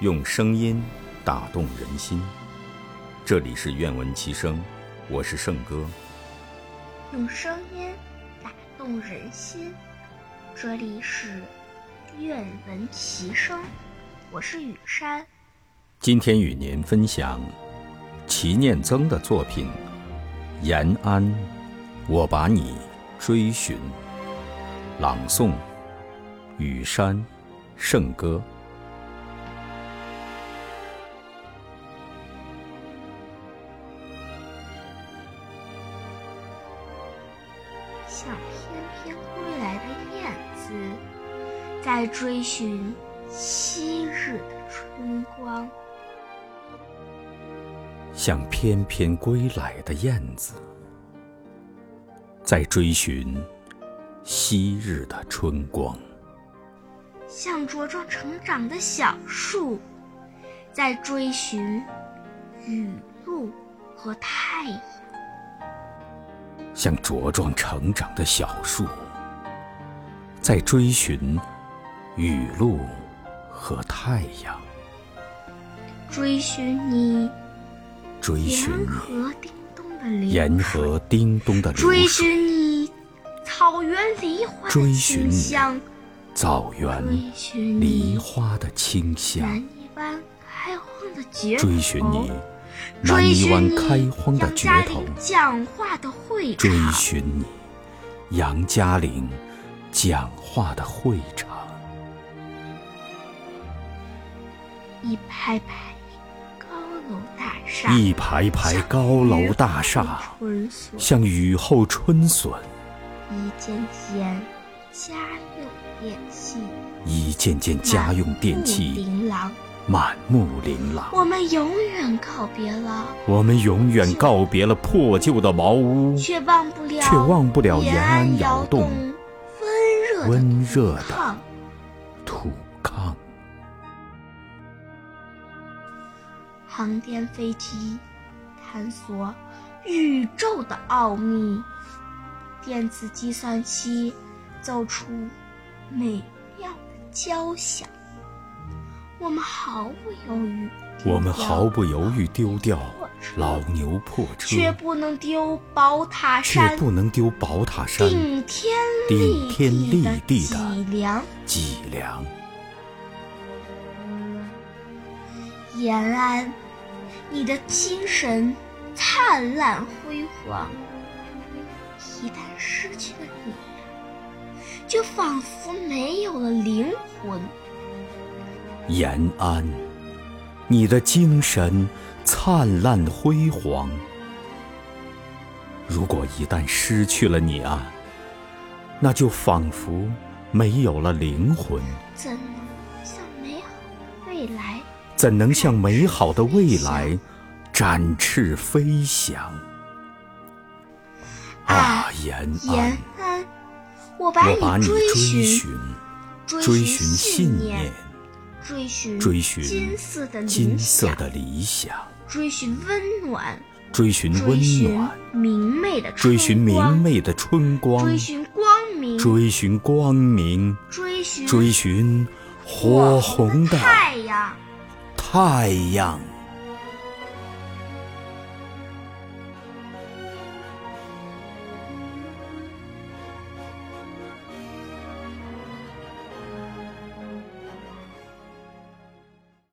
用声音打动人心。这里是愿闻其声，我是圣哥。用声音打动人心，这里是愿闻其声，我是雨山。今天与您分享齐念曾的作品《延安》，我把你追寻。朗诵：雨山，圣歌。像翩翩归来的燕子，在追寻昔日的春光。像翩翩归来的燕子，在追寻昔日的春光。像茁壮成长的小树，在追寻雨露和太阳。像茁壮成长的小树，在追寻雨露和太阳，追寻你追寻沿河叮咚的流水，沿河叮咚的流追水，寻你草原梨花追的寻清你香，草原追寻梨你花的清南香，泥湾开荒的绝追寻你南追泥寻湾你开荒的杨绝家头，岭讲话的会场追，寻你杨家岭讲话的会场。一排排高楼大厦，一排排像高楼大厦，雨后春笋像雨后春笋，一间间家用电器，一件件家用电满目器琳琅。满目琳琅。我们永远告别了，我们永远告别了破旧的茅屋，却忘不了，却忘不了延延安窑窑洞洞温热的温热土的炕土炕，航天飞机探索宇宙的奥秘，电子计算机奏出美妙的交响。我们毫不犹豫，我们毫不犹豫丢掉老牛破车，却不能丢宝塔却山不能丢宝塔山顶天顶天立立地的脊梁。脊梁。延安，你的精神灿烂辉煌。一旦失去了你，就仿佛没有了灵魂。延安，你的精神灿烂辉煌。如果一旦失去了你啊，那就仿佛没有了灵魂，怎能向美好的未来？怎能向美好的未来展翅飞翔？啊，延安延，安，我把我把你你追寻，寻，追追寻寻信念，，追寻追寻金色的理金色想，的理想，追寻温暖，追寻追温寻暖，明媚的追寻春光明媚的春光，追寻光明，追寻光明，追寻追寻火红的太阳。太阳。